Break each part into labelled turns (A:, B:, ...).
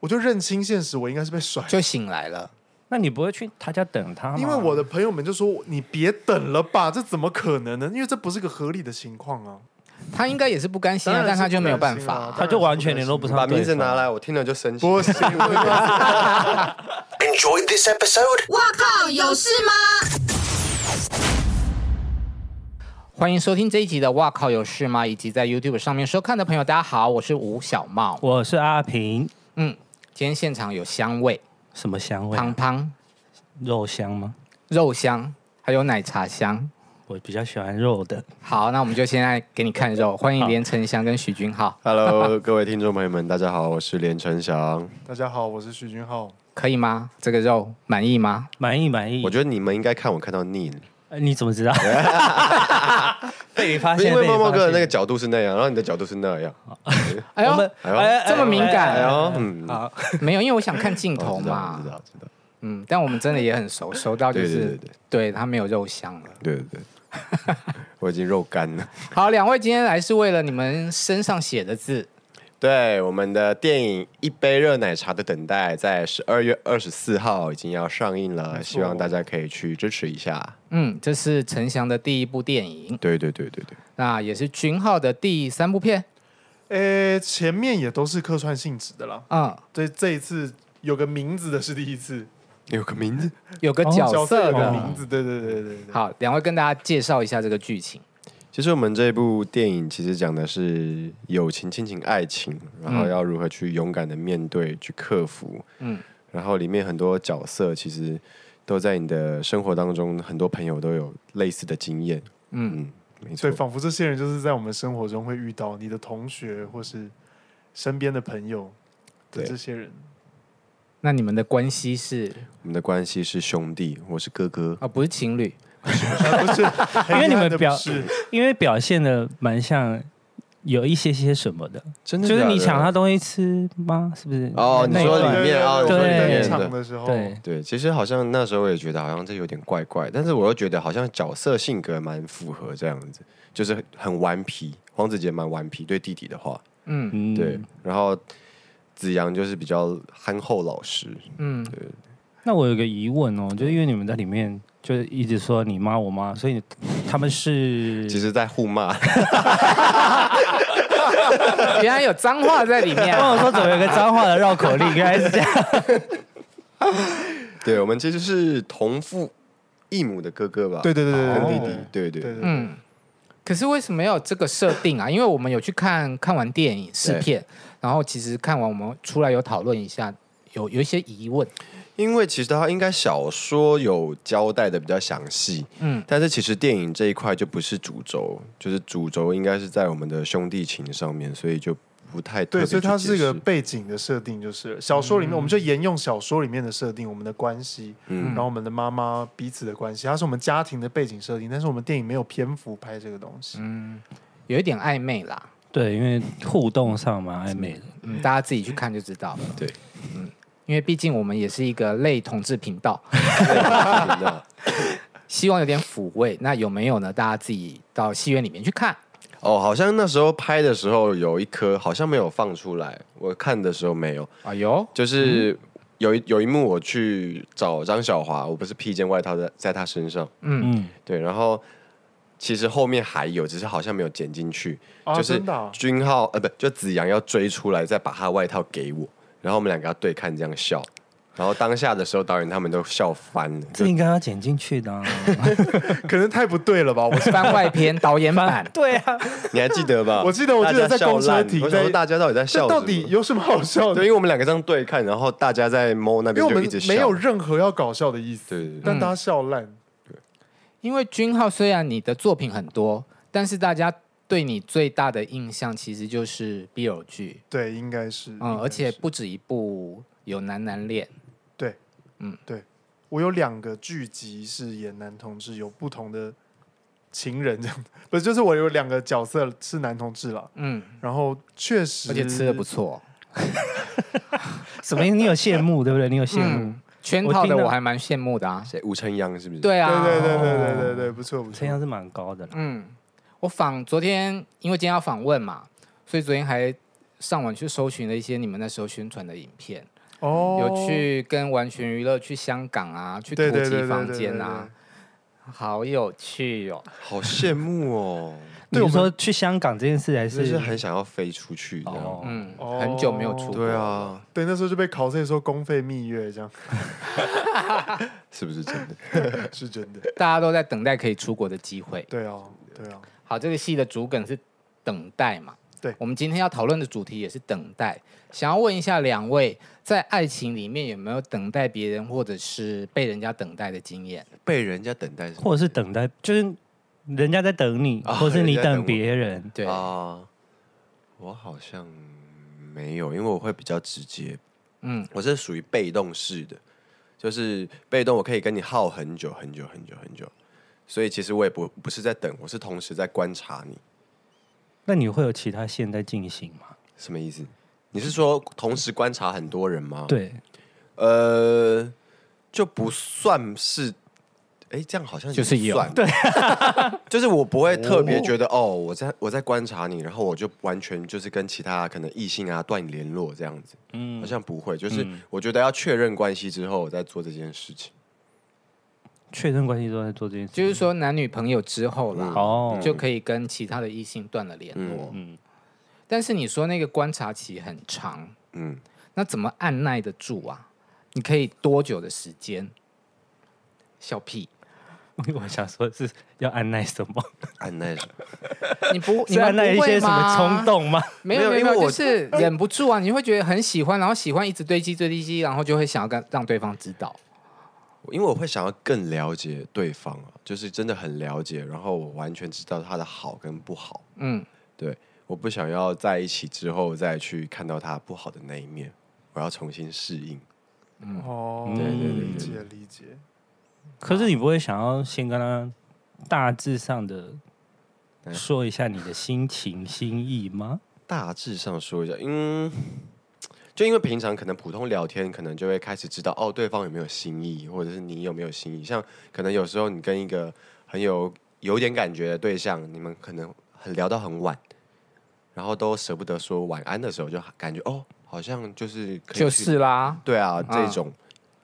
A: 我就认清现实，我应该是被甩。
B: 就醒来了。
C: 那你不会去他家等他吗？
A: 因为我的朋友们就说：“你别等了吧，这怎么可能呢？因为这不是个合理的情况啊。
B: 他应该也是不甘心啊，
A: 当然
B: 但
A: 是
B: 他就没有办
A: 不甘心
B: 法
A: 啊。
C: 他就完全联络不上。
D: 把名字拿，来，我听了就生”气。
A: 不行，
E: Enjoyed this episode?
F: 哇靠，有事吗？
B: 欢迎收听这一集的《哇靠有事吗》，以及在 YouTube 上面收看的朋友，大家好，我是吴小茂。
C: 我是阿平，
B: 嗯，今天现场有香味、
C: 什么香味啊？
B: 胖胖、
C: 肉香吗？
B: 肉香，还有奶茶香。
C: 我比较喜欢肉的。
B: 好，那我们就现在给你看肉，欢迎连晨香跟许君浩，
D: Hello，各位听众朋友们，大家好，我是连晨翔。
A: 大家好，我是许君浩。
B: 可以吗？这个肉满意吗？
C: 满意满意。
D: 我觉得你们应该看我看到腻了，
C: 呃你怎么 知道？被你发现，
D: 因为
C: 被你
D: 猫猫
C: 发
D: 哥的
C: 现
D: 那个角度是那样，然后你的角度是那样。
B: 哎
C: 我
B: 呦
C: 们，
D: 哎呦
B: 这么敏感
C: 哎
D: 哎呦，嗯，
C: 好，
B: 没有，因为我想看镜
D: 我
B: 头
D: 知道，我
B: 嘛
D: 知。道，知道，
B: 嗯，但我们真的也很熟，熟到就
D: 对对
B: 是
D: 对对，
B: 对他没有肉香了。
D: 对对对，我已经肉干了。
B: 好，两位今天来是为了你们身上写的字，
D: 对，我们的电影《一杯热奶茶的等待》在十二月二十四号已经要上映了，希望大家可以去支持一下。
B: 嗯，这是陈翔的第一部电影，
D: 对对对对对，
B: 那也是君浩的第三部片，
A: 诶，前面也都是客串性质的啦。
B: 嗯，
A: 这这一次有个名字的是第一次，
D: 有个名字，
B: 有个
C: 哦
B: 角
A: 角
B: 色
A: 有
B: 的。
A: 个名字，对对对对对对。
B: 好，两位跟大家介绍一下这个剧情。
D: 其实我们这部电影其实讲的是友情、亲情、爱情，然后要如何去勇敢的面对、去克服。
B: 嗯
D: 嗯，然后里面很多角色其实都在你的生活当中，很多朋友都有类似的经验。
B: 嗯
D: 嗯，没错
A: 对，，仿佛这些人就是在我们生活中会遇到你的同学或是身边的朋友的
D: 对
A: 这些人。
B: 那你们的关系是
D: 我们的关系是兄弟，我是哥哥
B: 啊、。不是情侣？
A: 不是，
C: 因为
A: 黑
C: 你
A: 暗
C: 们
A: 的
C: 表
A: 不是
C: 哎因为表现的蛮像有一些些什么的，
D: 真的
C: 就
D: 假
C: 是
D: 的
C: 你抢他东西吃吗？是不是？
D: 哦
C: 那
D: 你说里面啊
A: 对
C: 对
A: 对
C: 对
A: 对
C: 对
A: 登场的时候，
C: 对，
D: 对，其实好像那时候我也觉得好像这有点怪怪，但是我又觉得好像角色性格蛮符合这样子，就是很顽皮，黄子杰蛮顽皮，对弟弟的话，
B: 嗯
C: 嗯
D: 对，。然后子阳就是比较憨厚老实，
B: 嗯，
C: 那我有个疑问哦，就是因为你们在里面就是一直说你妈我妈，所以你他们是
D: 其实在互骂，
B: 原来有脏话在里 面
C: 跟
B: 啊、
C: 我说怎么有个脏话的绕口令，原来是这样。
D: 对我们其实是同父异母的哥哥吧，
A: 对对对对
D: 跟
A: 对
D: 弟弟，
A: 对
D: 对对
A: 对对，
D: 对，
B: 嗯，可是为什么要有这个设定啊？因为我们有去看看完电影试片，然后其实看完我们出来有讨论一下，有有一些疑问。
D: 因为其实他应该小说有交代的比较详细，
B: 嗯
D: 嗯，但是其实电影这一块就不是主轴，就是主轴应该是在我们的兄弟情上面，所以就不太特别
A: 对，所以
D: 去
A: 它是一
D: 解
A: 个
D: 释嗯
A: 背景的设定，就是小说里面，我们就沿用小说里面的设定，我们的关系，然后我们的妈妈彼此的关系，它是我们家庭的背景设定，但是我们电影没有篇幅拍这个东西。
B: 嗯有一点暧昧啦，
C: 对，因为互动上蛮暧昧的。
B: 嗯，大家自己去看就知道了。
D: 对，
B: 嗯，因为毕竟我们也是一个类统治频 道，
D: 对那
B: 希望有点抚慰。那有没有呢？大家自己到戏院里面去看。
D: 哦，好像那时候拍的时候有一颗好像没有放出来，我看的时候没有，
B: 哎呦，
D: 就是有一有一幕我去找张小华，我不是披一件外套在在他身上，
C: 嗯，
D: 对，然后其实后面还有，只是好像没有剪进去，
A: 啊
D: 就是
A: 真的啊
D: 君浩呃不就子阳要追出来，再把他外套给我，然后我们两个要对看这样笑，然后当下的时候导演他们都笑翻了，
C: 这
D: 就
C: 应该要剪进去的、啊。，
A: 可能太不对了吧？ 我
B: 番外篇导演版
C: 对啊，
D: 你还记得吧？
A: 我记得我记得
D: 大家
A: 在公车
D: 笑烂
A: 停
D: 我想说
A: 在
D: 大家到底在笑
A: 这
D: 什么？
A: 到底有什么好笑的
D: 对，因？为我们两个这样对看，然后大家在摸那
A: 因为
D: 边
A: 我
D: 就
A: 们
D: 一直笑，
A: 没有任何要搞笑的意思，
D: 对对对
A: 但
B: 嗯
A: 大家笑烂。
B: 因为君浩虽然你的作品很多，但是大家对你最大的印象其实就是 BL 剧，
A: 对，应该是，应
B: 嗯，
A: 该
B: 而且
A: 是
B: 不止一部有男男恋，
A: 对，
B: 嗯
A: 嗯，对，我有两个剧集是演男同志，有不同的情人这样，不是，就是我有两个角色是男同志了，
B: 嗯，
A: 然后确实，
B: 而且吃的不，错，
C: 什么意思？你有羡慕对不对？你有羡慕
B: 嗯，圈套的我还蛮羡慕的啊，
D: 谁吴承央是不是？
B: 对
A: 对
B: 啊，
A: 对对对对对对，不错不
C: 成
A: 错，
C: 像是蛮高的啦。
B: 嗯，我访昨天因为今天要访问嘛，所以昨天还上网去搜寻了一些你们那时候宣传的影片，
A: 哦，
B: 有去跟完全娱乐去香港啊，去
A: 对
B: 突
A: 对对
B: 击
A: 对
B: 房
A: 对
B: 间
A: 对
B: 啊，好有趣哦！
D: 好羡慕哦，
C: 你
A: 对我
C: 是
A: 们
C: 说去香港这件事还
D: 就是是很想要飞出去这样。
C: 哦，
B: 嗯，
A: 哦
B: 很久没有出国，
D: 对啊，
A: 对，那时候就被考试说公费蜜月这样，
D: 是不是真的？
A: 是真的。
B: 大家都在等待可以出国的机会。
A: 对啊，对啊，
B: 好，这个戏的主梗是等待嘛？
A: 对
B: 我们今天要讨论的主题也是等待。想要问一下两位，在爱情里面有没有等待别人或者是被人家等待的经验？
D: 被人家等待什么
C: 或者是等待，就是人家在等你，
D: 啊
C: 或是你
D: 人家在等
C: 等
D: 我
C: 别人。
B: 对，
D: 啊？我好像没有，因为我会比较直接，
B: 嗯，
D: 我是属于被动式的，就是被动，我可以跟你耗很久很久很久很久，所以其实我也不不是在等，我是同时在观察你，
C: 那你会有其他线在进行吗？
D: 什么意思？你是说同时观察很多人吗？，
C: 对，
D: 呃，就不算是，哎，这样好像
B: 就是有
D: 有对， 就是我不会特别觉得哦我在我在观察你，然后我就完全就是跟其他可能异性啊断联络这样子，
C: 嗯
D: 好像不会，就是我觉得要确认关系之后，我再做这件事情。
C: 确认关系之后在做这件事，
B: 就是说男女朋友之后
D: 嗯
B: 啦，
C: 哦，
B: 就可以跟其他的异性断了联络。
C: 嗯
B: 但是你说那个观察期很长，
D: 嗯，
B: 那怎么按耐得住啊？你可以多久的时间？笑屁！
C: 我想说是要按耐什么？
D: 按耐着，
B: 你 不，你
C: 是按
B: 们
C: 耐一
B: 不
C: 些
B: 会
C: 什么
B: 吗？
C: 冲动吗？
B: 没有没
D: 没
B: 有，
D: 有因为
B: 就
D: 我
B: 是忍不住啊，你会觉得很喜欢，然后喜欢一直堆积堆积堆积，然后就会想要跟让对方知道。
D: 因为我会想要更了解对方啊，就是真的很了解，然后我完全知道他的好跟不好。
B: 嗯，
D: 对，我不想要在一起之后再去看到他不好的那一面，我要重新适应。
B: 嗯
A: 哦，
C: 对对对对
A: 理解理解。
C: 可是你不会想要先跟他大致上的
D: 对
C: 说一下你的心情心意吗？
D: 大致上说一下，嗯，就因为平常可能普通聊天，可能就会开始知道哦，对方有没有心意，或者是你有没有心意。像可能有时候你跟一个很有有点感觉的对象，你们可能很聊到很晚，然后都舍不得说晚安的时候，就感觉哦，好像就是可以
B: 就
D: 去
B: 是啦。
D: 对啊，这
B: 啊
D: 种、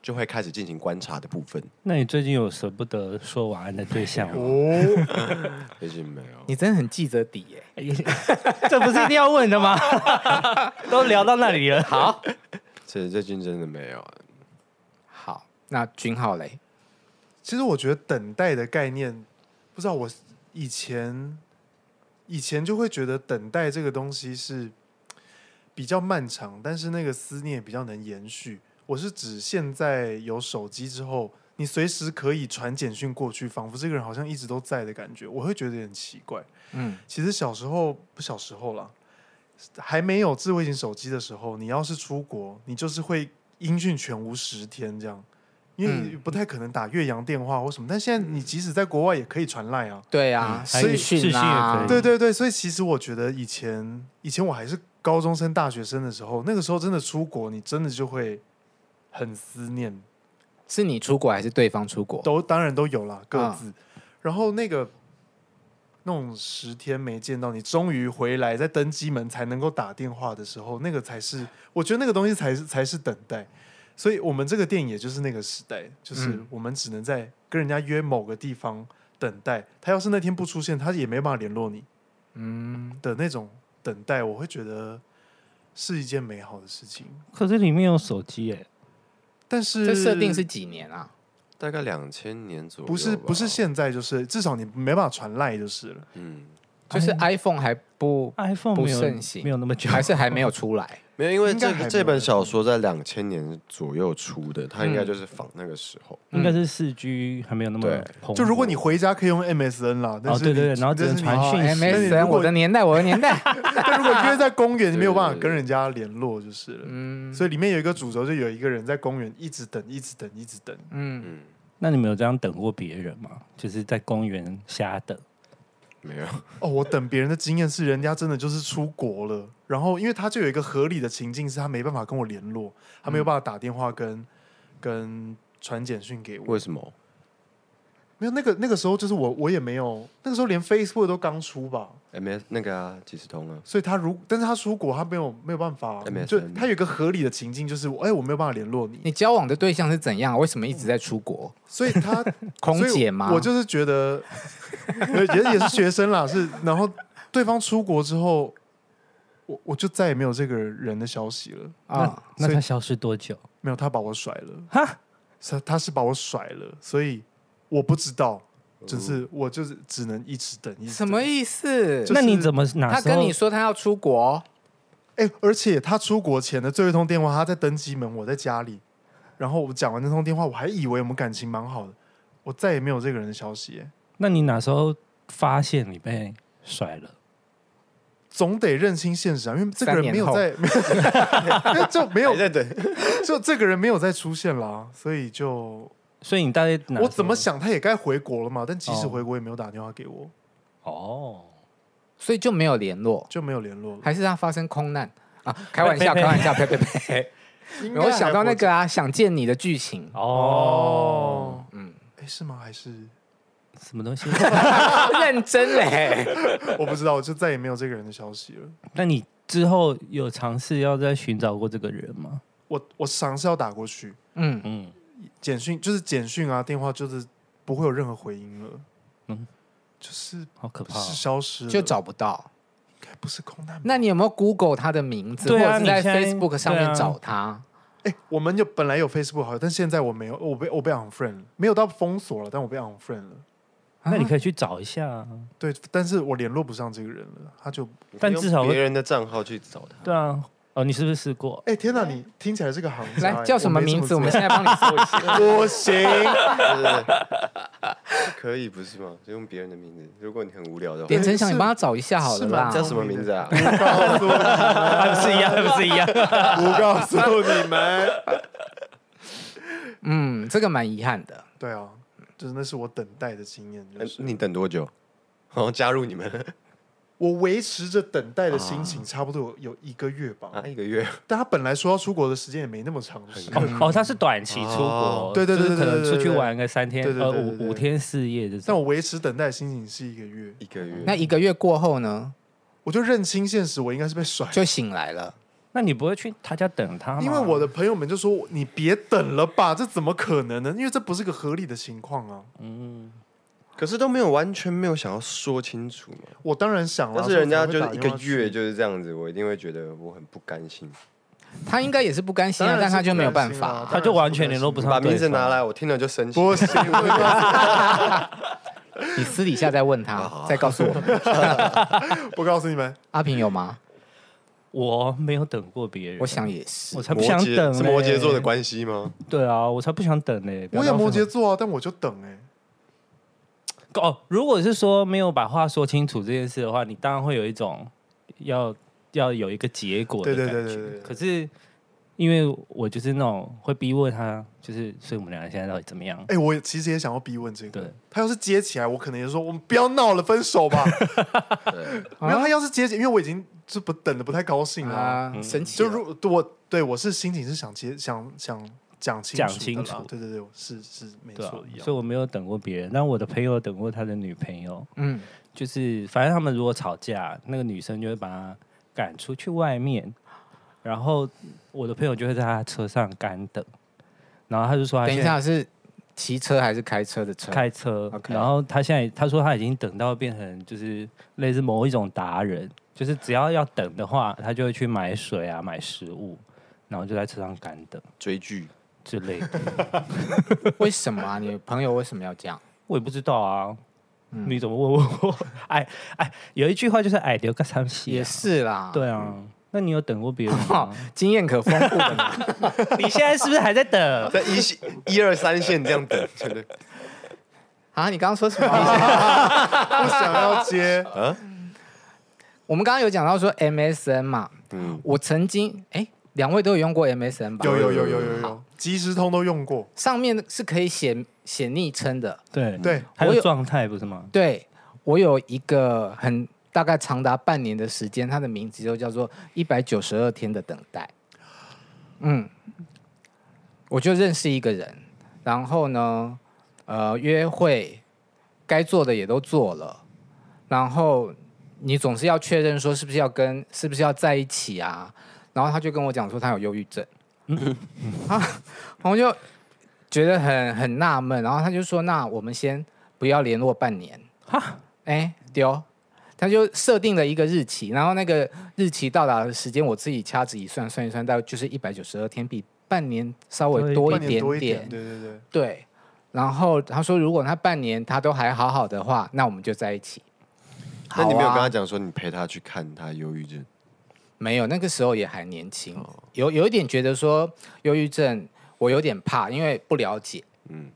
D: 就会开始进行观察的部分，
C: 那你最近有舍不得说晚安的对象吗？
A: 哦，
D: 也是没有。
B: 你真的很记着底耶、
C: 哎 这不是一定要问的吗？ 都聊到那里了，好，
D: 这这近真的没有啊，
B: 好，那君浩嘞，
A: 其实我觉得等待的概念，不知道我以前以前就会觉得等待这个东西是比较漫长，但是那个思念比较能延续。我是指现在有手机之后，你随时可以传简讯过去，仿佛这个人好像一直都在的感觉，我会觉得有点奇怪。
B: 嗯，
A: 其实小时候不小时候啦，还没有智慧型手机的时候，你要是出国，你就是会音讯全无十天这样，因为你不太可能打岳阳电话或什么。但现在你即使在国外也可以传赖啊，
B: 对啊，
C: 嗯还有
B: 视讯
C: 视讯也可
B: 啊，
C: 以
A: 对对对，所以其实我觉得以前以前我还是高中生、大学生的时候，那个时候真的出国，你真的就会很思念
B: 是你出国还是对方出国？
A: 都当然都有啦，各
B: 啊
A: 自。然后那个那种十天没见到你，终于回来，在登机门才能够打电话的时候，那个才是我觉得那个东西才是才是等待。所以我们这个电影也就是那个时代，就是
B: 嗯
A: 我们只能在跟人家约某个地方等待。他要是那天不出现，他也没办法联络你
B: 嗯，
A: 的那种等待，我会觉得是一件美好的事情。
C: 可是里面有手机耶，
A: 但是
B: 这设定是几年啊？
D: 大概两千年左右吧，
A: 不是不是现在就是，至少你没办法传赖就是了。
D: 嗯，
B: 就是 iPhone 还不
C: iPhone
B: 不
C: 没有
B: 盛行
C: 没有那么久，
B: 还是还没有出来，
D: 没有，因为
A: 应该还
D: 这
A: 没
D: 个
A: 有嗯
D: 这本小说在两千年左右出的，它应该就是仿那个时候。
B: 嗯
C: 应该是四 G 还没有那么
D: 对
C: 蓬勃
A: 就如果你回家可以用 MSN 啦，但是
C: 哦对对对
A: 你
C: 然后只
A: 但
C: 能
A: 是你
C: 传讯
B: 哎
C: 息
A: 但是你
B: MSN，
A: 如果
B: 我的年代，我的年代，
A: 但如果约在公园，你没有办法
D: 对对对
A: 跟人家联络，就是了。
B: 嗯
A: 所以里面有一个主轴，就有一个人在公园一直等，一直等，一直等。
B: 嗯，
D: 嗯，
C: 那你们有这样等过别人吗？就是在公园瞎等，
D: 没有，
A: 哦，我等别人的经验是，人家真的就是出国了，然后因为他就有一个合理的情境，是他没办法跟我联络，他没有办法打电话跟、跟传简讯给我。
D: 为什么？
A: 没有那个那个时候就是我我也没有，那个时候连 Facebook 都刚出吧，
D: ，MS 那个啊，即时通啊，
A: 所以他如但是他出国他没有没有办法，
D: MSN
A: 就他有一个合理的情境就是哎我没有办法联络 你，
B: 你交往的对象是怎样？为什么一直在出国？
A: 所以他
B: 空
A: 所以
B: 姐吗？
A: 我就是觉得 也也是学生啦，是然后对方出国之后，我我就再也没有这个人的消息了。
B: 啊，
C: 那
A: 所以
C: 他消失多久？
A: 没有，他把我甩了。哈，是他是把我甩了，所以我不知道，就是我就是只能一直等，一直
B: 什么
A: 等
B: 意思？
A: 就是
C: 那你怎么哪
B: 他
C: 时候
B: 跟你说他要出国，
A: 哎、而且他出国前的最后一通电话，他在登机门，我在家里。然后我讲完那通电话，我还以为我们感情蛮好的，我再也没有这个人的消息、哎
C: 那你哪时候发现你被甩了？
A: 总得认清现实啊，因为这个
B: 三
A: 人
B: 年
A: 没有
B: 后
A: 在，因为就 没有
D: 还在等，
A: 就这个人没有再出现啦，所以就
C: 所以你大概哪时候
A: 我怎么？想，他也该回国了嘛。但即使
C: 哦
A: 回国也没有打电话给我，
C: 哦，
B: 所以就没有联络，
A: 就没有联络了。
B: 还是他发生空难啊？开玩笑，
C: 呸呸呸
B: 开玩笑，呸呸呸！
A: 应该
B: 我想到
A: 还
B: 那
A: 活着
B: 个啊，想见你的剧情，
C: 哦，
A: 哦，
B: 嗯，
A: 哎，是吗？还是
C: 什么东西？
B: 认真嘞，
A: 我不知道，我就再也没有这个人的消息了。
C: 那你之后有尝试要再寻找过这个人吗？
A: 我我尝试要打过去，
B: 嗯，
C: 嗯，
A: 简讯就是简讯啊，电话就是不会有任何回音了。嗯
C: 嗯，
A: 就是
C: 好可怕哦、
A: 是消失了，
B: 就找不到。
A: 应该不是空难吧。
B: 那你有没有 Google 他的名字，
C: 对
B: 或
C: 啊
B: 者是在
C: 你现在
B: Facebook 上
C: 对
B: 面
C: 啊
B: 找他？
A: 哎，我们有本来有 Facebook 好友，但现在我没有，我被我被 unfriend 了，没有到封锁了，但我被 unfriend 了。
C: 那你可以去找一下、啊。
A: 对，但是我联络不上这个人了，他就
C: 但至少
D: 用别人的账号去找他。
C: 对啊，哦，你是不是试 过？
A: 哎、天哪，你听起来是个行家、
B: 来
A: 哎
B: 叫什么名字？我们现在帮你搜一下。
A: 不行，
D: 对对对， 可以不是吗？就用别人的名字，如果你很无聊的话
B: 点，成想你帮他找一下好了
A: 是
B: 啦
A: 吗？
D: 叫什么名 字啊？
A: 不告诉 你，
C: 还不是一样，还不是一 样。
A: 不告诉你们。
B: 嗯，这个蛮遗憾的。
A: 对啊，就是那是我等待的经验，就
D: 呃
A: 是、
D: 你等多久？然后加入你们
A: 我维持着等待的心情，差不多有有一个月吧。
D: 啊，一个月，
A: 但他本来说要出国的时间也没那么长，就是
C: 哦，哦他是短期出国
D: 哦，
A: 对对对
C: 就是可能
A: 对对对
C: 出去玩个三天，
A: 对对
C: 呃，
A: 对对对
C: 五五天四夜这
A: 但
C: 种。
A: 我维持等待的心情是一个月，
D: 一个月。
B: 那一个月过后呢，
A: 我就认清现实，我应该是被甩。
B: 就醒来了。
C: 那你不会去他家等他吗？
A: 因为我的朋友们就说：“你别等了吧，这怎么可能呢？因为这不是个合理的情况啊！”
D: 可是都没有完全没有想要说清楚嘛。
A: 我当然想了，
D: 但是人家就是一个月就是这样子，我一定会觉得我很不甘心。
B: 他应该也是不甘心啊，但他就没有办法。
C: 他就完全联络不
A: 嗯
D: 你
C: 上
D: 把
C: 对方。
D: 名字拿来，我听了就生气。啊
A: 不 行，
B: 你私底下再问他，再告诉我们。
A: 啊我告诉你们，
B: 阿平有吗？
C: 我没有等过别人，
B: 我想也是
C: 我。才不
D: 摩
C: 想
D: 羯
C: 等、欸
D: 是摩羯座的
C: 关。
D: 关系吗？
C: 对啊，我才不想等嘞、不要
A: 我也
C: 浪费
A: 摩羯座啊，但我就等哎、
C: 哦，如果是说没有把话说清楚这件事的话，你当然会有一种要要有一个结果的
A: 对
C: 感觉。
A: 对对对对
C: 可是因为我就是那种会逼问他，就是所以我们两个现在到底怎么样？
A: 哎、我也其实也想要逼问这个
C: 对，
A: 他要是接起来，我可能也说我们不要闹了，分手 吧。没有，
C: 啊
A: 他要是接起，因为我已经就不等的不太高兴了、
B: 啊，神奇
A: 就
B: 了。
A: 如对我对我是心情是想接想想讲清楚的
C: 讲
A: 啦
C: 清楚
A: 对对对，是是没
C: 对啊
A: 错一，样。
C: 所以我没有等过别人，但我的朋友等过他的女朋友，
B: 嗯，
C: 就是反正他们如果吵架，那个女生就会把他赶出去外面，然后我的朋友就会在他车上干等，然后他就说他
B: 等一
C: 现在
B: 下是骑车还是开车的车？
C: 开车
B: OK
C: 然后他现在他说他已经等到变成就是类似某一种达人，就是只要要等的话，他就会去买水啊、买食物，然后就在车上干等
D: 追剧，
C: 之 类的。
B: 为什么啊？你朋友为什么要这样？
C: 我也不知道啊，
B: 嗯
C: 你怎么问我？ 哎哎，有一句话就是哎留个三七、
B: 也是啦，
C: 对，啊。
B: 嗯
C: 那你有等过别人 吗？
B: 经验可丰富的嘛。
C: 你现在是不是还在 等？
D: 在一线、一二三线这样等，对不对？
B: 啊，你刚刚说什么？
A: 不想要接，
B: 我们刚刚有讲到说 MSN 嘛，
D: 嗯，
B: 我曾经哎，两位都有用过 MSN 吧？
A: 有有有有有有，即时通都用过，
B: 上面是可以写写昵称的。
C: 对
A: 对，
C: 还
B: 我
C: 有
B: 有
C: 状态不是吗？
B: 对我有一个很大概长达半年的时间，它的名字就叫做一百九十二天的等待。嗯，我就认识一个人，然后呢，呃，约会该做的也都做了，然后你总是要确认说是不是要跟是不是要在一起啊？然后他就跟我讲说他有忧郁症，
A: 嗯
B: 啊，我就觉得很很纳闷，然后他就说那我们先不要联络半年，哈，哎丢、他就设定了一个日期，然后那个日期到达的时间，我自己掐指一算，算一算，大概就是一百九十二天，比半年稍微多
A: 半年多一
B: 点
A: 点，。对对对，
B: 对，然后他说，如果他半年他都还好好的话，那我们就在一起。
D: 那你没有
B: 好啊
D: 跟他讲说你陪他去看他忧郁症？
B: 没有，那个时候也还年轻，
C: 哦
B: 有有一点觉得说忧郁症，我有点怕，因为不了解。
D: 嗯，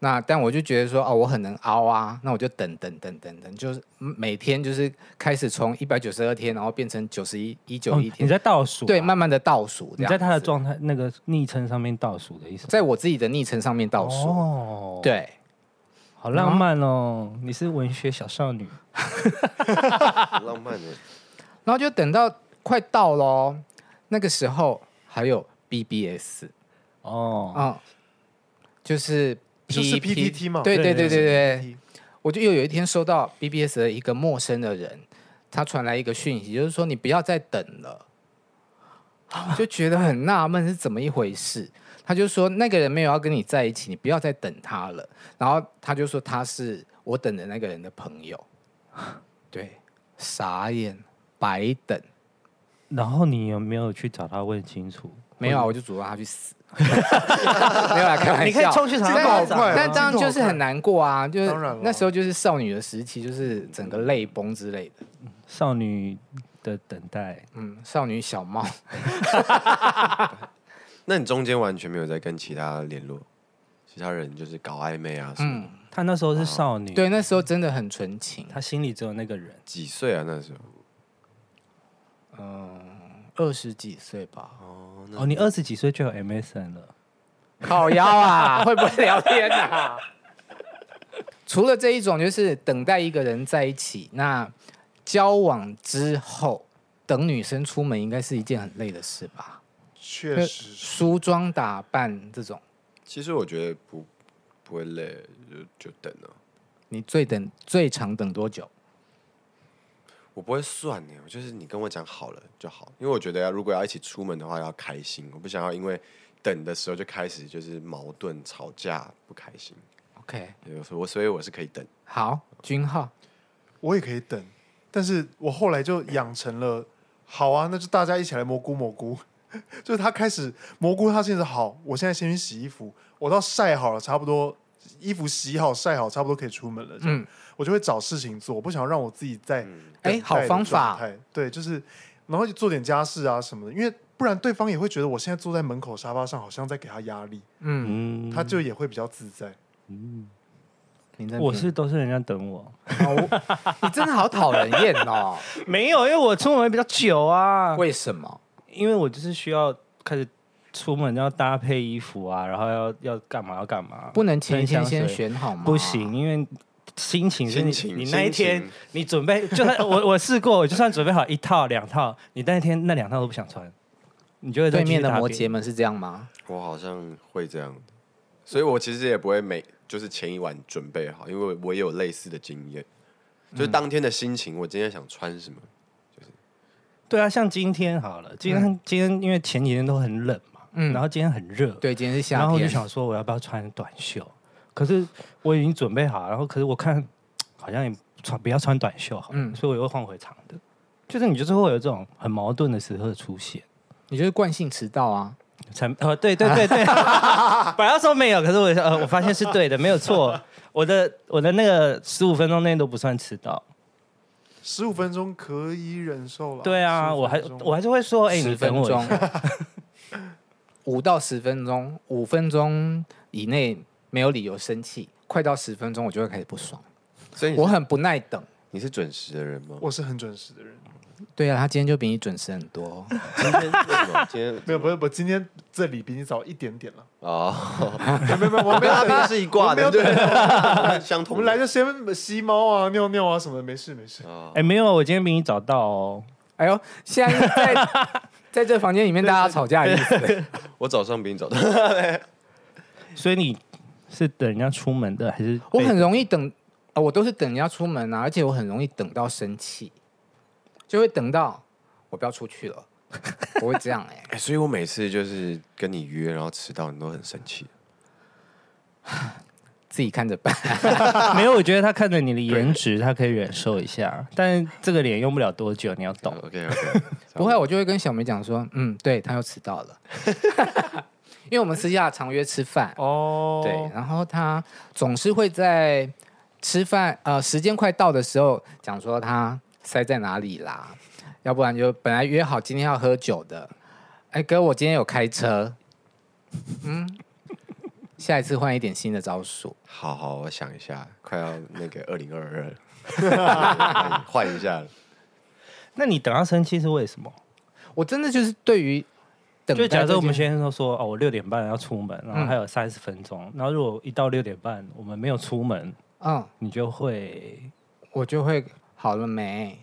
B: 那但我就觉得说，哦，我很能熬啊，那我就等等等等等，就是每天就是开始从一百九十二天，然后变成九十一一九
C: 哦
B: 一
C: 你
B: 天，
C: 在倒数啊、
B: 对，慢慢的倒数这样子。
C: 你在他的状态那个昵称上面倒数的意思吗，
B: 在我自己的昵称上面倒数，
C: 哦，，
B: 对，
C: 好浪漫哦，你是文学小少女，
D: 很浪漫哦的。
B: 然后就等到快到喽，那个时候还有 BBS。
C: 哦，
B: 嗯，就是
A: 就是 PTT 嘛
B: 对对对对
C: 对
B: 对，
A: 对
B: 我就又有一天收到 BBS 的一个陌生的人，他传来一个讯息，就是说你不要再等了，就觉得很纳闷是怎么一回事。他就说那个人没有要跟你在一起，你不要再等他了。然后他就说他是我等的那个人的朋友， 对，傻眼，白等。
C: 然后你有没有去找他问清楚？
B: 没有啊，我就诅咒他去死。 没有啦，开玩笑。
C: 你可以冲去找他
B: 但
C: 巴掌啊
B: 但当然就是很难过啊，就是
A: 当然了
B: 那时候就是少女的时期，就是整个泪崩之类的。
C: 少女的等待，
B: 嗯，少女小猫
D: 那你中间完全没有在跟其他联络，其他人就是搞暧昧啊什么的？
C: 她那时候是少
A: 嗯
C: 女，
B: 对，那时候真的很纯情。
C: 她心里只有那个人。
D: 几岁啊那时候？
B: 二十几岁吧，嗯
C: 哦，你二十几岁就有 MSN 了，
B: 靠腰啊，会不会聊天啊？ 除了这一种，就是等待一个人在一起。那交往之后，等女生出门应该是一件很累的事吧？
A: 确实是
B: 梳妆打扮这种。
D: 其实我觉得不不会累，就就等啊了、
B: 你最等最长等多久？
D: 我不会算欸呢，我就是你跟我讲好了就好，因为我觉得要如果要一起出门的话，要开心，我不想要因为等的时候就开始就是矛盾吵架不开心。
B: OK，
D: 对所以我所以我是可以等，
B: 好，君浩，
A: 我也可以等，但是我后来就养成了，好啊，那就大家一起来蘑菇蘑菇。 就是他开始蘑菇，他现在好，我现在先去洗衣服，我到晒好了，差不多衣服洗好晒好，差不多可以出门了。这样，
B: 嗯
A: 我就会找事情做，我不想让我自己在
C: 嗯
B: 哎
A: 等待
B: 好
A: 的
B: 方法
A: 状态。对，就是然后就做点家事啊什么的，因为不然对方也会觉得我现在坐在门口沙发上，好像在给他压力，
B: 嗯，
C: 嗯，
A: 他就也会比较自在。
B: 你真的
C: 我是都是人家等我，
B: 哦你真的好讨人厌哦，
C: 没有，因为我出门比较久啊，
B: 为什么？
C: 因为我就是需要开始出门要搭配衣服啊，然后要要干嘛要干嘛，
B: 不能前一天
C: 喷香
B: 先
C: 水
B: 选好吗？
C: 不行，，因为心情是你
D: 心情
C: 你那一天
D: 心情
C: 你准备，就算 我我试过，我就算准备好一套两套，你那一天那两套都不想穿，你就会再
B: 对
C: 继续
B: 面的
C: 搭
B: 摩
C: 配
B: 羯们是这样吗？
D: 我好像会这样，所以我其实也不会每就是前一晚准备好，因为我也有类似的经验，就是当天的心情，我今天想穿什么，
C: 对啊，像今天好了，今天、今天因为前几天都很冷嘛，
B: 嗯
C: 然后今天很热，，
B: 对，今天是夏
C: 然后我就
B: 天，
C: 想说我要不要穿短袖，可是我已经准备好，然后可是我看好像也穿不要穿短袖好了，
B: 嗯
C: 所以我又换回长的，就是你就是会有这种很矛盾的时刻出现。
B: 你就是惯性迟到啊。
C: 才呃，对对对 对，本来要说没有，可是我呃，我发现是对的，没 有错。我的我的那个十五分钟内都不算迟到。
A: 十五分钟可以忍受了。
C: 对啊，
A: 15
C: 我还
A: 分钟
C: 我还是会说，哎、你
B: 十分
C: 等我一
B: 钟
C: 下。，
B: 五到十分钟，五分钟以内没有理由生气，快到十分钟我就会开始不爽，
D: 所以你
B: 我
D: 是
B: 很不耐等。
D: 你是准时的人吗？
A: 我是很准时的人。
B: 对啊，他今天就比你准时很多。
D: 今天为什么今天
A: 没有，不是，我今天这里比你早一点点了。
D: 哦，
A: 没有，没有，我没
D: 跟他
A: 有
D: 毕
A: 等
D: 竟是一挂的，
A: 我没
D: 对
A: 有等，
D: 相同。
A: 我们来就先吸猫啊、尿尿啊什么的，没事没事。
D: 哦
C: 哎、没有，我今天比你早到哦。
B: 哎呦，现在在 在这房间里面大家吵架的意思。
D: 我早上比你早到，
C: 所以你是等人家出门的，还是
B: 我
C: 被
B: 很容易等，啊，我都是等人家出门啊，而且我很容易等到生气，就会等到我不要出去了，我会这样哎、
D: 哎、所以我每次就是跟你约，然后迟到，你都很生气。
B: 自己看着办。
C: 没有，我觉得他看着你的颜值，他可以忍受 一下，但这个脸用不了多久，你要懂。
D: OK OK，
B: 不会，我啊就会跟小梅讲说，嗯，对，她又迟到了， 因为我们私下常约吃饭，
A: 哦，
B: 对，，然后她总是会在吃饭呃时间快到的时候讲说她塞在哪里啦，要不然就本来约好今天要喝酒的，哎哥，我今天有开车，嗯，下一次换一点新的招数，
D: 好好，我想一下，快要那个二零二二 了，换一下了。
C: 那你等他生气是为什么？
B: 我真的就是对于等
C: 就
B: 待
C: 假
B: 这
C: 设我们
B: 件嗯
C: 先生说哦，我六点半要出门，然后还有三十分钟，然后如果一到六点半我们没有出门，
B: 嗯，
C: 你就会
B: 我就会好了没，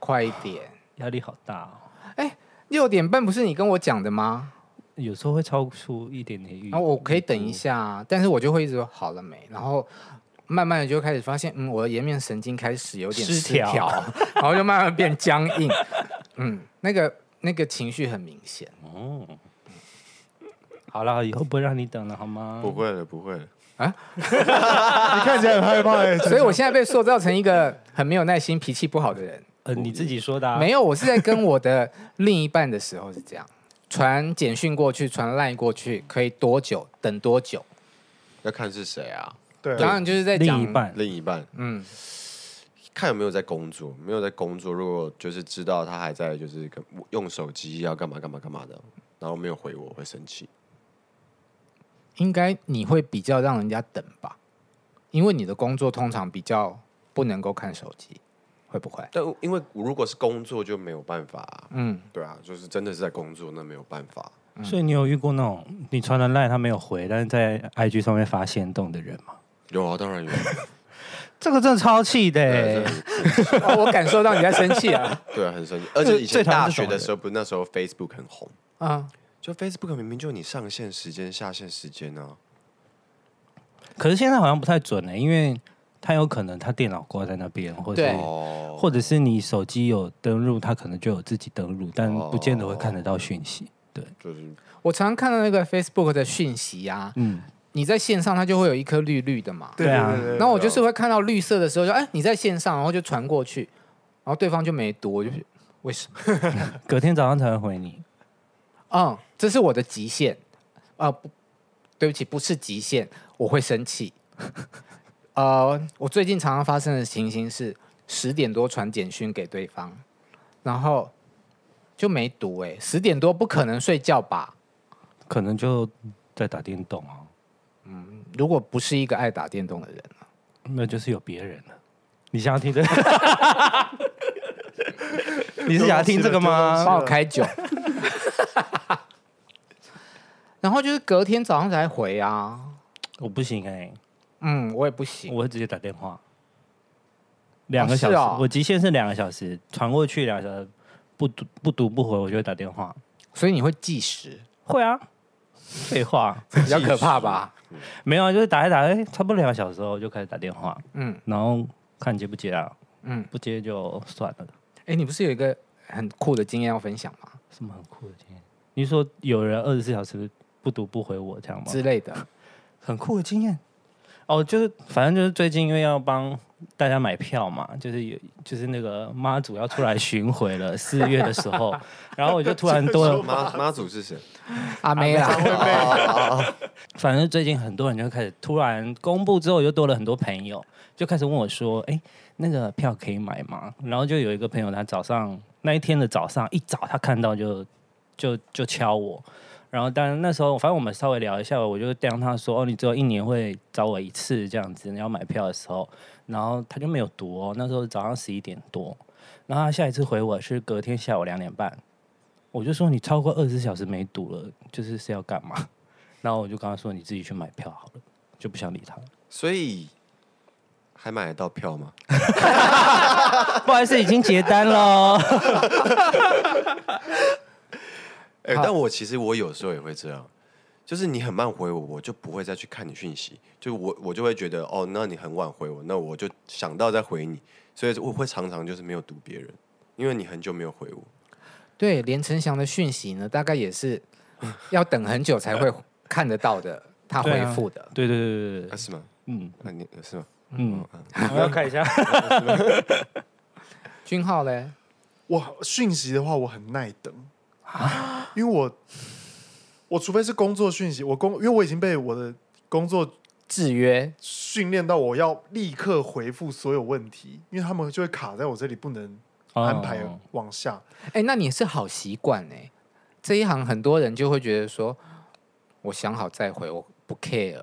B: 快一点。
C: 压力好大、哦，
B: 六点半不是你跟我讲的吗？
C: 有时候会超出一点点预。
B: 然后我可以
C: 嗯
B: 等一，下啊，但是我就会一直说好了没，然后慢慢的就开始发现，嗯，我的颜面神经开始有点
C: 失
B: 失调，
C: 调
B: 然后就慢慢变僵硬，嗯，那个那个情绪很明显。
C: 好了，以后不会让你等了好吗？
D: 不会了，不会了。
A: 你看起来很害怕哎、
B: 所以我现在被塑造成一个很没有耐心、脾气不好的人。
C: 呃，你自己说的、啊，
B: 没有，我是在跟我的另一半的时候是这样，传简讯过去，传赖过去，可以多久等多久？
D: 要看是谁啊，
A: 对
B: 当然就是在讲
C: 另一，半
D: 另一半
B: 嗯，
D: 看有没有在工作，没有在工作，如果就是知道他还在，就是跟用手机要干嘛干嘛干嘛的，然后没有回我，我会生气。
B: 应该你会比较让人家等吧，因为你的工作通常比较不能够看手机，会不会？
D: 但因为如果是工作就没有办法、
B: 嗯，
D: 对啊，就是真的是在工作，那没有办法。
C: 所以你有遇过那种你传了赖他没有回，但是在 IG 上面发现动的人吗？
D: 有啊，当然有。
C: 这个真的超气的、
D: 对
C: 欸
D: 啊，，
B: 哦我感受到你在生气啊，
D: 对啊，很生气。而且以前
C: 最讨厌
D: 大
C: 这种
D: 学的
C: 人
D: 时候，不是那时候 Facebook 很红，
B: 啊，
D: 就 Facebook 明明就你上线时间、下线时间啊。
C: 可是现在好像不太准呢、欸因为他有可能他电脑挂在那边，或者
B: 对
C: 是
D: 哦，
C: 或者是你手机有登录，他可能就有自己登录，但不见得会看得到讯息。对，
D: 就是
B: 我常看到那个 Facebook 的讯息啊，
C: 嗯，
B: 你在线上它就会有一颗绿绿的嘛，
A: 对
C: 对啊
A: 对对对哦
B: 然后我就是会看到绿色的时候就哎你在线上，然后就传过去，然后对方就没读，我就为什么？
C: 隔天早上才会回你。
B: 嗯，这是我的极限啊、不，对不起，不是极限，我会生气。 呃，我最近常常发生的情形是十点多传简讯给对方，然后就没读、欸。哎，十点多不可能睡觉吧？
C: 可能就在打电动啊，
B: 如果不是一个爱打电动的人，
C: 那就是有别人了。你想要听这 个？你是想要听这个
A: 啊
B: 帮
C: 吗？
B: 我开 酒。然后就是隔天早上才回啊，
C: 我不行哎、
B: 嗯，我也不行。
C: 我会直接打电话。两个小时，
B: 是哦
C: 我极限是两个小时，传过去两个小时，不读不读不回，我就会打电话。
B: 所以你会计时，
C: 会啊，废话，
B: 比较可怕吧？
C: 没有啊，就是打一打，哎、差不多两个小时后就开始打电话，
B: 嗯
C: 然后看接不接啊，
B: 嗯。
C: 不接就算了。
B: 哎，你不是有一个很酷的经验要分享吗？
C: 什么很酷的经验？你说有人二十四小时不读不回我这样吗？
B: 之类的。
C: 很酷的经验。哦，就是反正就是最近因为要帮大家买票嘛，就是有就是那个妈祖要出来巡回了，四月的时 候，然后我就突然多了，
D: 妈妈祖是谁？
B: 阿妹啊啦，
C: 反正最近很多人就开始突然公布之后，就多了很多朋友，就开始问我说：“哎、那个票可以买吗？”然后就有一个朋友，他早上那一天的早上一早，他看到就就就敲我，然后但那时候反正我们稍微聊一下，我就让他说：“哦，你只有一年会找我一次这样子，你要买票的时候。”然后他就没有读哦，那时候早上十一点多，然后他下一次回我是隔天下午两点半，我就说：“你超过二十小时没读了，就是是要干嘛？”然后我就跟他说：“你自己去买票好了。”就不想理他了。
D: 所以还买得到票吗？
C: 不好意思，已经结单了。
D: 哎、但我其实我有时候也会这样，就是你很慢回我，我就不会再去看你讯息，就我我就会觉得哦，那你很晚回我，那我就想到再回你，所以我会常常就是没有读别人，因为你很久没有回我。
B: 对，连陈翔的讯息呢，大概也是要等很久才会看得到的，他
C: 对
B: 回
C: 啊
B: 复的。
C: 对对对对对
D: 啊，
C: 对，
D: 是吗？
C: 嗯
D: 啊，你是吗？哦啊
C: 嗯，我要看一下，
B: 君浩嘞，
A: 我讯息的话，我很耐等因为我我除非是工作讯息，我工因为我已经被我的工作
B: 制约
A: 训练到我要立刻回复所有问题，因为他们就会卡在我这里，不能安排
C: 哦
A: 往下。
B: 哎、那你是好习惯哎，这一行很多人就会觉得说，我想好再回，我不 care。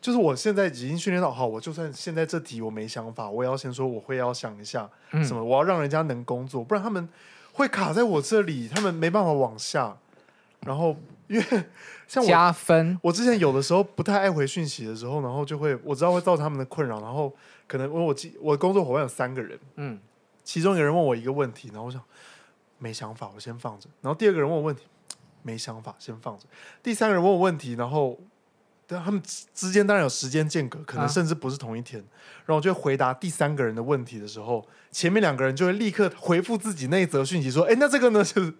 A: 就是我现在已经训练到，好，我就算现在这题我没想法，我也要先说我会要想一下
B: 嗯
A: 什么，我要让人家能工作，不然他们会卡在我这里，他们没办法往下。然后因为像我
B: 加分，
A: 我之前有的时候不太爱回讯息的时候，然后就会我知道会造成他们的困扰，然后可能因为我记我工作伙伴有三个人，
B: 嗯，
A: 其中一个人问我一个问题，然后我想没想法，我先放着。然后第二个人问我问题，没想法，先放着。第三个人问我问题，然后对啊他们之之间当然有时间间隔，可能
B: 啊
A: 甚至不是同一天。然后我就会回答第三个人的问题的时候，前面两个人就会立刻回复自己那一则讯息，说：“哎，那这个呢？”就是，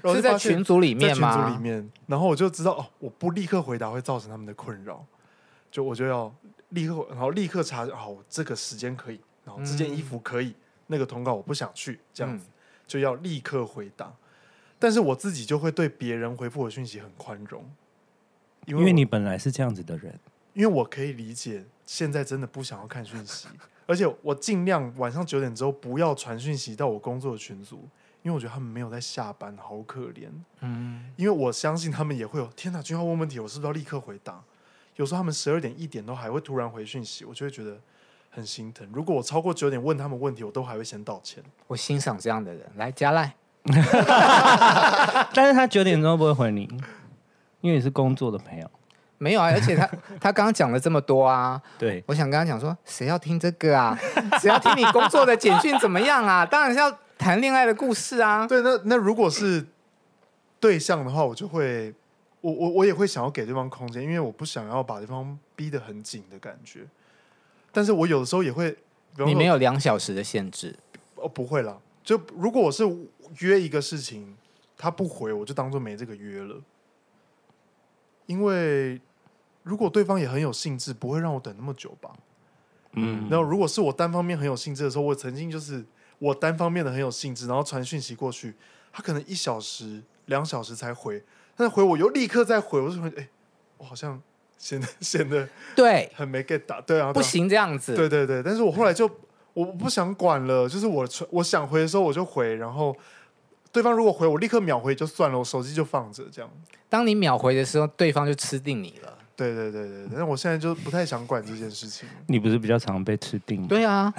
A: 然后
B: 是
A: 就
B: 在
A: 发现
B: 群组里
A: 在
B: 面
A: 群
B: 吗？
A: 组里面，然后我就知道哦，我不立刻回答会造成他们的困扰，就我就要立刻，然后立刻查，好，我这个时间可以，然后这件衣服可以，那个通告我不想去，这样子、就要立刻回答。但是我自己就会对别人回复我讯息很宽容，因
C: 因
A: 为我
C: 为你本来是这样子的 人，
A: 因为我可以理解现在真的不想要看讯息， 而且我尽量晚上九点之后不要传讯息到我工作的群组，因为我觉得他们没有在下班，好可怜。
B: 嗯，
A: 因为我相信他们也会有天哪，君浩问问题，我是不是要立刻回答？有时候他们十二点一点都还会突然回讯息，我就会觉得很心疼。如果我超过九点问他们问题，我都还会先道歉。
B: 我欣赏这样的人。来，加赖，
C: 但是他九点钟不会回你，因为你是工作的朋友，
B: 没有啊，而且他 他刚刚讲了这么多啊，
C: 对，
B: 我想跟他讲说，谁要听这个啊？ 谁要听你工作的简讯怎么样啊？当然是要谈恋爱的故事啊。
A: 对，那那如果是对象的话，我就会，我我我也会想要给对方空间，因为我不想要把对方逼得很紧的感觉。但是我有的时候也会，比方
B: 你
A: 说
B: 没有两小时的限制，
A: 哦，不会啦。就如果我是约一个事情，他不回，我就当做没这个约了。因为如果对方也很有兴致，不会让我等那么久吧。
C: 嗯，
A: 然后如果是我单方面很有兴致的时候，我曾经就是我单方面的很有兴致，然后传讯息过去，他可能一小时、两小时才回，但是回我又立刻再回，我就说，哎、我好像显得 显得
B: 对，
A: 很没 get 到，对啊，对啊
B: 不行这样子。
A: 对对对，但是我后来就我不想管了，就是我传我想回的时候我就回，然后对方如果回我立刻秒回就算了，我手机就放着这样。
B: 当你秒回的时候，对方就吃定你了。
A: 对对对对，但是我现在就不太想管这件事情。
C: 你不是比较常被吃定吗？
B: 对啊，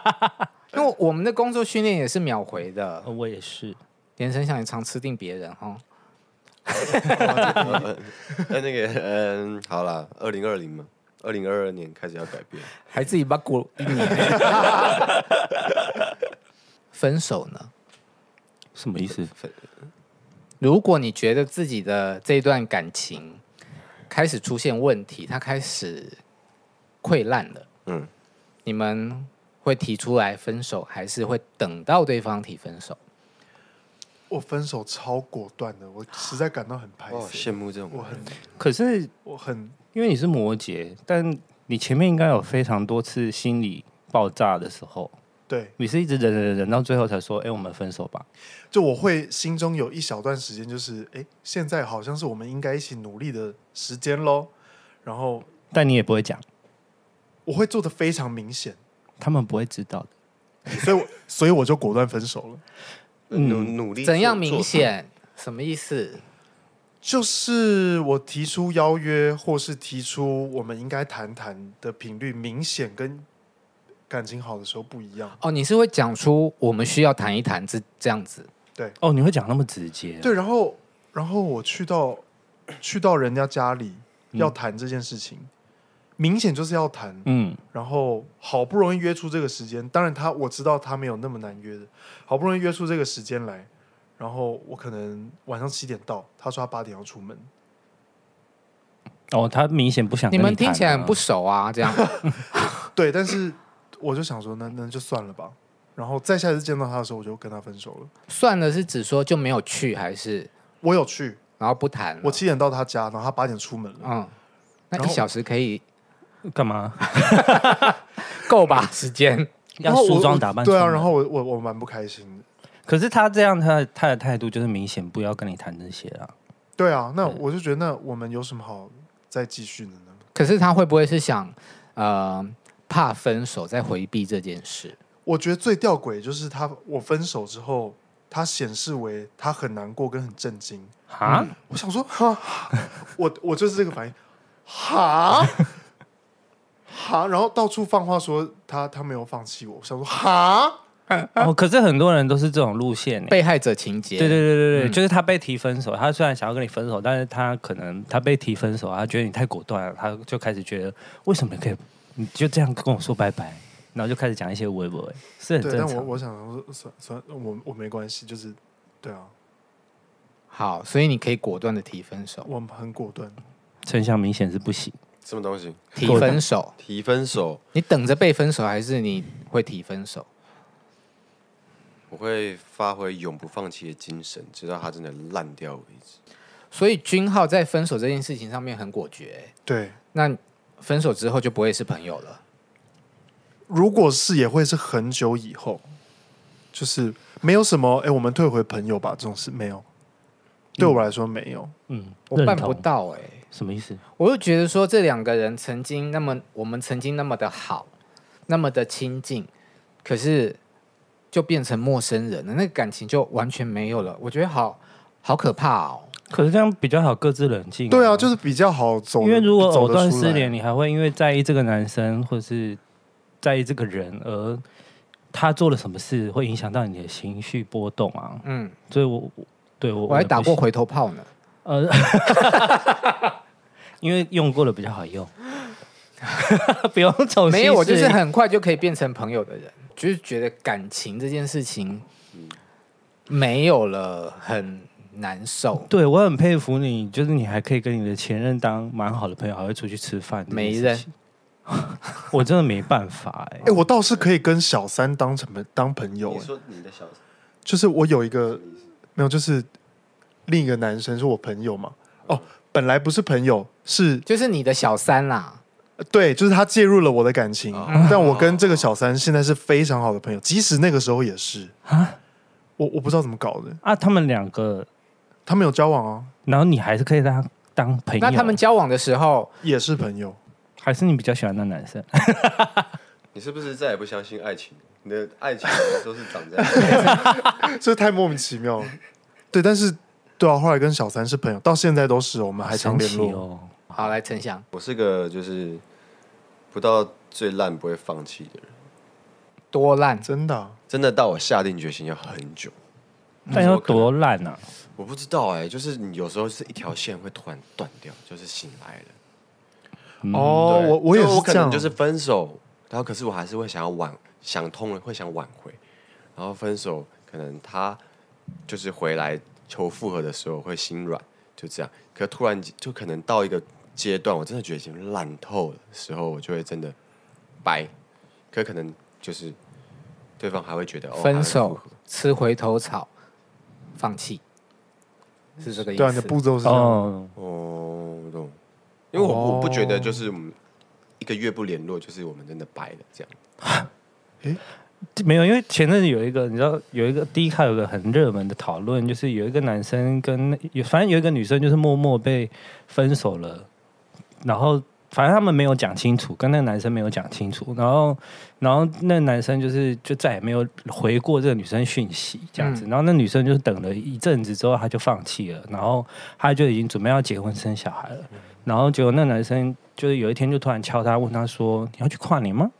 B: 因为我们的工作训练也是秒回的
C: 呃，我也是，
B: 连生想也常吃定别人哈。
D: 那那个嗯，好啦，二零二零嘛，二零二二年开始要改变。
B: 还自己把鼓一年。 分手呢？
C: 什么意思？
B: 如果你觉得自己的这段感情开始出现问题，它开始溃烂了，
D: 嗯，
B: 你们会提出来分手，还是会等到对方提分手？
A: 我分手超果断的，我实在感到很排
D: 我好
A: 斥。
D: 哦羡慕这种
A: 我很
D: 人，
C: 可是
A: 我很
C: 因为你是摩羯，但你前面应该有非常多次心理爆炸的时候，
A: 对，
C: 你是一直忍忍忍忍到最后才说，哎、我们分手吧。
A: 就我会心中有一小段时间，就是哎，诶现在好像是我们应该一起努力的时间喽。然后
C: 但你也不会讲，
A: 我会做的非常明显，
C: 他们不会知道的。
A: 所以我所以我就果断分手了。
D: 努努力
B: 怎样
D: 做
B: 明？显？什么意思？
A: 就是我提出邀约，或是提出我们应该谈谈的频率，明显跟感情好的时候不一样。
B: 哦，你是会讲出我们需要谈一谈这这样子，
C: 哦，你会讲那么直接、哦
A: 对，然后然后我去到 去到人家家里要谈这件事情，明显就是要谈。
C: 嗯，
A: 然后好不容易约出这个时间，当然他我知道他没有那么难约的，好不容易约出这个时间来，然后我可能晚上七点到，他说他八点要出门，
C: 哦，他明显不想
B: 你
C: 跟
B: 们
C: 谈
B: 听起来
C: 啊
B: 很不熟啊，这样
A: 对，但是我就想说，那那就算了吧。然后再下次见到他的时候，我就跟他分手了。
B: 算了是指说就没有去，还是
A: 我有去，
B: 然后不谈了？
A: 我七点到他家，然后他八点出门
C: 啊
A: 了。
B: 嗯，那
A: 然
B: 一
A: 后
B: 小时可以
C: 干嘛？
B: 够吧？时间
A: 然
C: 要
A: 后我
C: 梳妆打扮
A: 对啊，
C: 出门
A: 然后我我我蛮不开心的。
C: 可是他这样，他的他的态度就是明显不要跟你谈这些了。
A: 对啊，
C: 嗯
A: 那我就觉得，那我们有什么好再继续的呢？
B: 可是他会不会是想呃怕分手在回避这件事？
A: 我觉得最吊诡就是他，我分手之后，他显示为他很难过跟很震惊。
C: 啊，
A: 我想说，哈，我我就是这个反应，哈，哈，然后到处放话说他他没有放弃我。我想说，哈，
C: 哦，可是很多人都是这种路线欸。
B: 被害者情节？
C: 对对对对
A: 嗯
C: 对，就是他被提分手，他虽然想要跟你分手，但是他可能他被提分手，他觉得你太果断了，他就开始觉得为什么你可以你就这样跟我说拜拜，然后就开始讲一些微博，欸是很
A: 对，但
C: 正
A: 我
C: 常。
A: 我想说，算算，我我没关系，就是对啊，
B: 好，所以你可以果断的提分手，
A: 我很果断。
C: 真相明显是不行，
D: 什么东西？
B: 提
C: 果断
B: 分手，
D: 提分手，
B: 你等着被分手，还是你会提分手？
D: 我会发挥永不放弃的精神，直到他真的烂掉为止。
B: 所以君浩在分手这件事情上面很果决欸、
A: 对，
B: 那分手之后就不会是朋友了。
A: 如果是也会是很久以后，就是没有什么，哎，我们退回朋友吧，这种事没有。对我来说没有，
C: 嗯，
B: 我办
C: 认
B: 不
C: 同
B: 到哎、
C: 什么意思？
B: 我就觉得说这两个人曾经那么，我们曾经那么的好，那么的亲近，可是就变成陌生人了，那个感情就完全没有了。我觉得好好可怕哦。
C: 可是这样比较好，各自冷静。
A: 对啊，就是比较好走得。
C: 因为如果
A: 走
C: 藕
A: 得
C: 断
A: 出
C: 丝
A: 来
C: 连，你还会因为在意这个男生，或是在意这个人，而他做了什么事会影响到你的情绪波动啊。
B: 嗯，
C: 所以我，我对我
B: 我还打过
C: 回，
B: 回头炮呢。
C: 呃， 因为用过了比较好用， 不用总
B: 没有，我哦就是很快就可以变成朋友的人，就是觉得感情这件事情没有了，很难受。
C: 对我很佩服你，就是你还可以跟你的前任当蛮好的朋友，还会出去吃饭。
B: 没
C: 这件
B: 人
C: 事情，我真的没办法 哎、
A: 哎、我倒是可以跟小三当成朋当朋友、
D: 你
A: 欸，
D: 说你的小
A: 就是我有一个没有，就是另一个男生是我朋友嘛，哦，本来不是朋友，是
B: 就是你的小三啦，
A: 对，就是他介入了我的感情，
C: 啊
A: 但我跟这个小三现在是非常好的朋友，即使那个时候也是
C: 啊
A: 我我不知道怎么搞的，
C: 啊，他们两个，
A: 他们有交往啊，
C: 然后你还是可以让他当朋友。
B: 那他们交往的时候，
A: 也是朋友，
C: 还是你比较喜欢那男生？
D: 你是不是再也不相信爱情？你的爱 情都是长这样。
A: 这太莫名其妙了。对，但是对啊，后来跟小三是朋友，到现在都是，我们啊还常
C: 神
A: 联络。
C: 奇哦。
B: 好来陈翔，
D: 我是个就是不到最烂不会放弃的人，
B: 多烂，
A: 真的啊、
D: 真的到我下定决心要很久。
C: 但要多烂啊！
D: 我不知道哎、就是你有时候是一条线会突然断掉，就是醒来了。
C: 嗯
A: 哦，
D: 对
A: 我我也
D: 就我
A: 是
D: 可
A: 这样，
D: 能就是啊分手，然后可是我还是会想要挽，想通了会想挽回，然后分手可能他就是回来求复合的时候会心软，就这样。可突然就可能到一个阶段，我真的觉得已经烂透了的时候，我就会真的掰。可可能就是对方还会觉得哦，还
B: 分
D: 会复
B: 手
D: 合
B: 吃回头草，放弃，是这个意思。
A: 对啊，你的步骤是这样。
C: 哦，
D: 哦，我懂。因为我、我不觉得就是我们一个月不联络，就是我们真的掰了这样。
C: 没有，因为前阵子有一个，你知道有一个 D 卡有个很热门的讨论，就是有一个男生跟有，反正有一个女生就是默默被分手了，然后反正他们没有讲清楚，跟那个男生没有讲清楚，然后然后那个男生就是就再也没有回过这个女生讯息这样子，然后那女生就是等了一阵子之后，她就放弃了，然后她就已经准备要结婚生小孩了，然后结果那男生就是有一天就突然敲她，问她说：“你要去跨年吗？”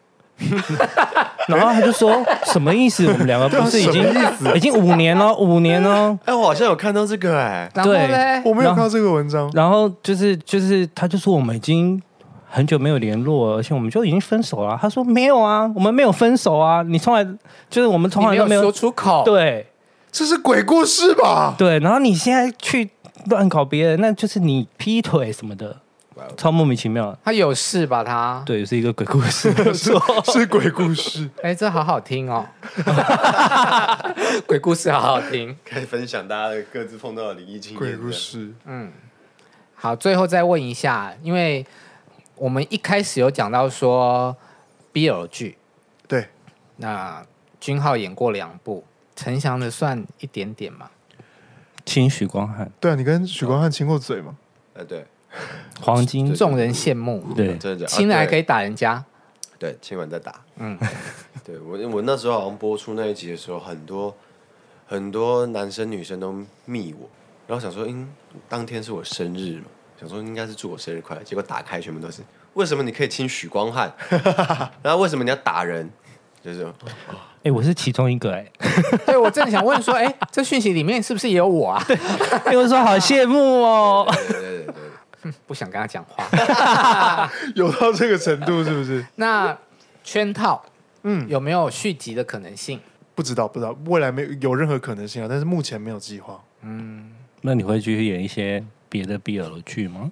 C: 然后她就说：“什么意思？我们两个不是已经
B: 啊
C: 已经五年了，五年了。”
D: 哎、我好像有看到这个哎、
B: 然后
C: 对
B: 嘞，
A: 我没有看到这个文章，
C: 然后就是就是，他就说我们已经很久没有联络了，而且我们就已经分手了。他说没有啊，我们没有分手啊，你从来就是我们从
B: 你
C: 来
B: 没
C: 都
B: 有
C: 没有
B: 说出口，
C: 对
A: 这是鬼故事吧？
C: 对。然后你现在去乱搞别人，那就是你劈腿什么的。
B: 哦
C: 超莫名其妙。
B: 他有事吧？他，
C: 对，是一个鬼故 事，没 错
A: 是鬼故 事，
B: 哎，这好好听哦，鬼故事好好听。
D: 可以分享大家的各自碰到的灵异经验。
A: 鬼故事，
B: 好，最后再问一下，因为我们一开始有讲到说 BL 剧，
A: 对，
B: 那君浩演过两部，陈翔的算一点点嘛，
C: 清许光汉，
A: 对啊，你跟许光汉亲过嘴吗？
D: 哎，对，
C: 黄金
B: 众人羡慕，
C: 对，
D: 真的假的？
B: 亲了还可
D: 以，
B: 以打人家，
D: 对，亲完再打。嗯，对我我那时候好像播出那一集的时候，很多很多男生女生都密我，然后想说，嗯，当天是我生日嘛，想说应该是祝我生日快乐，结果打开全部都是，为什么你可以亲许光汉？然后为什么你要打人？就是
C: 哎，我是其中一个哎，
B: 对我正想问说，哎， 这讯息里面是不是也有我啊？
C: 因哎为我说好羡慕哦。
D: 对对对对，
B: 不想跟他讲话。
A: 有到这个程度是不是？
B: 那圈套，嗯，
A: 嗯
B: 有没有续集的可能性？
A: 不知道，不知道，未来没有有任何可能性啊，但是目前没有计划，
C: 那你会去演一些别的 BL 剧吗？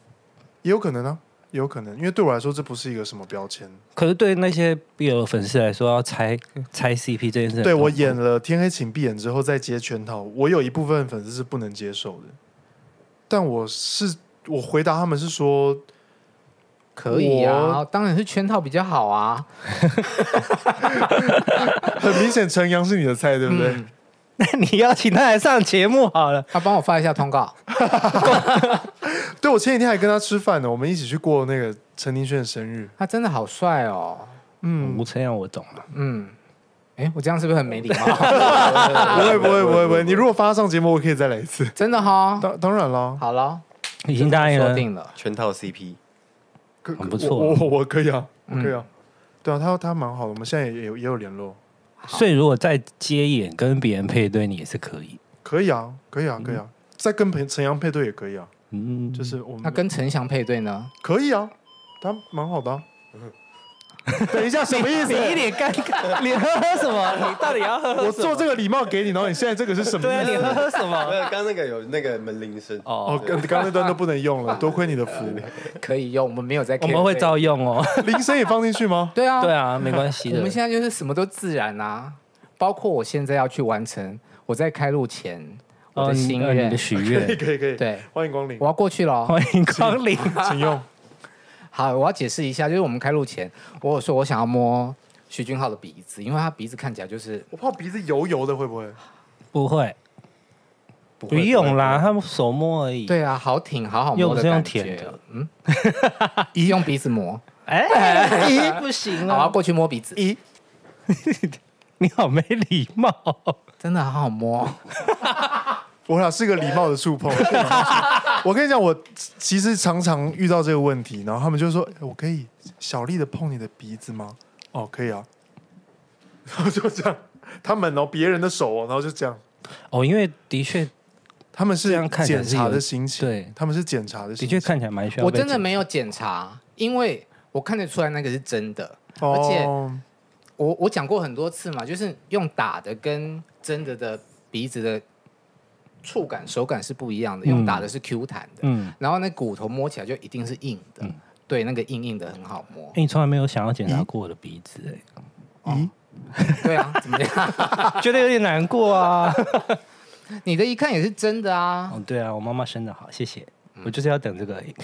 A: 也有可能啊，也有可能，因为对我来说这不是一个什么标签。
C: 可是对那些 BL 粉丝来说，要拆拆 CP 这件事很痛苦，
A: 对我演了《天黑请闭眼》之后再接圈套，我有一部分粉丝是不能接受的，但我是我回答他们是说，
B: 可以啊
A: 我，
B: 当然是圈套比较好啊。
A: 很明显陈阳是你的菜，对不对？
C: 那你邀请他来上节目好了。
B: 他帮我发一下通告，
A: 对我前几天还跟他吃饭呢，我们一起去过那个陈宁轩的生日，
B: 他真的好帅哦。
C: 吴承阳我懂了，
B: 嗯，哎，我这样是不是很没礼 貌？
A: 啊不会不会不会不会，你如果发上节目，我可以再来一次。
B: 真的哈、
A: 当当然啦，
B: 好了，
C: 已经答应
B: 说
C: 了。
B: 定了。
D: 圈套 CP。
A: 可可
C: 很不错
A: 我我我可以啊，我可以啊，对啊，他他蛮好的，我们现在也有也有联络，
C: 所以如果再接演跟别人配对，你也是可以。
A: 可以啊，可以啊，可以啊，再跟陈陈阳配对也可以啊，
C: 嗯，
A: 就是我们
B: 那跟陈翔配对呢？
A: 可以啊，他蛮好的啊、 等一下，什么意思？
C: 一脸尴尬，你呵呵什么？你到底要呵呵？
A: 我做这个礼貌给你，然后你现在这个是什么
C: 对啊，
A: 意
C: 你
A: 思？
C: 呵呵什
D: 没
C: 么？
D: 有，刚刚那个有那个门铃声。
A: 哦，
C: 哦，
A: 刚刚那段都不能用了，多亏你的福。
B: 可以用，我们没有在 care
C: 我
B: 这个，
C: 们会照用哦。
A: 铃声也放进去吗？
B: 对啊，
C: 对 啊，没关系的。
B: 我们现在就是什么都自然啊，包括我现在要去完成我在开录前我
C: 哦，
B: 的
C: 你
B: 心
C: 呃你
B: 愿
C: 的，许
A: 可以，
C: 愿，
A: 可以，可以。
B: 对，
A: 欢迎光临
B: 我，要过去了。
C: 欢迎光临。
A: 请用。
B: 好，我要解释一下，就是我们开录前，我有说我想要摸徐俊浩的鼻子，因为他鼻子看起来就是
A: 我怕鼻子油油的，会不会？
C: 不会，
B: 不
C: 不
B: 会
C: 用啦，，他们手摸而已。
B: 不会，对啊，好挺好好
C: 又
B: 摸的
C: 不是用
B: 感
C: 舔
B: 觉
C: 的，
B: 嗯， 用鼻子摸，
C: 哎， 咦，不行
B: 好，我要
C: 啊！
B: 过去摸鼻 子，
A: 咦，
C: 你好没礼貌。
B: 真的好好摸，
A: 我俩是个礼貌的触碰。我跟你讲，我其实常常遇到这个问题，然后他们就说：“哎我可以小力的碰你的鼻子吗？”哦，可以啊。 然后就这样，他们哦，别人的手哦，然后就这样。
C: 哦，因为的确
A: 他们是
C: 这样看起来
A: 检
C: 是有
A: 查的心情，
C: 对
A: 他们是检查的
C: 的
A: 心
C: 确
A: 情，
C: 看起来蛮需要。
B: 我真的，没有检查，因为我看得出来那个是真的。而且
A: 哦，
B: 我我讲过很多次嘛，就是用打的跟真的的鼻子的触感、手感是不一样的，用打的是 Q 弹的，
C: 嗯，
B: 然后那骨头摸起来就一定是硬的，对，那个硬硬的很好摸
C: 哎。你从来没有想要检查过我的鼻子，哎。
A: 咦，
B: 对啊，怎么样？
C: 觉得有点难 过啊。
B: 你的一看也是真的啊。
C: 哦，对啊，我妈妈生的好，谢谢。
B: 嗯
C: 我就是要等这个而已。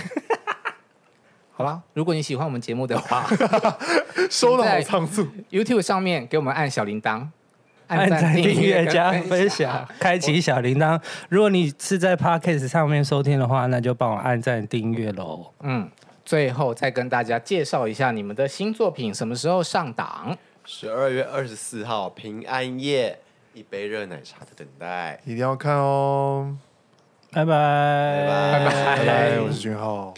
B: 好啦，如果你喜欢我们节目的话
A: 收的好仓促，
B: ，YouTube 上面给我们按小铃铛，
C: 按
B: 赞、
C: 赞、订阅、
B: 跟
C: 加
B: 分
C: 分享，开启小铃铛。如果你是在 Podcast 上面收听的话，那就帮我按赞、订阅喽。
B: 嗯，最后再跟大家介绍一下你们的新作品什么时候上档。
D: 十二月二十四号平安夜，一杯热奶茶的等待。
A: 一定要看哦。哎
C: 拜拜，
D: 拜拜
A: 拜拜，我是君浩。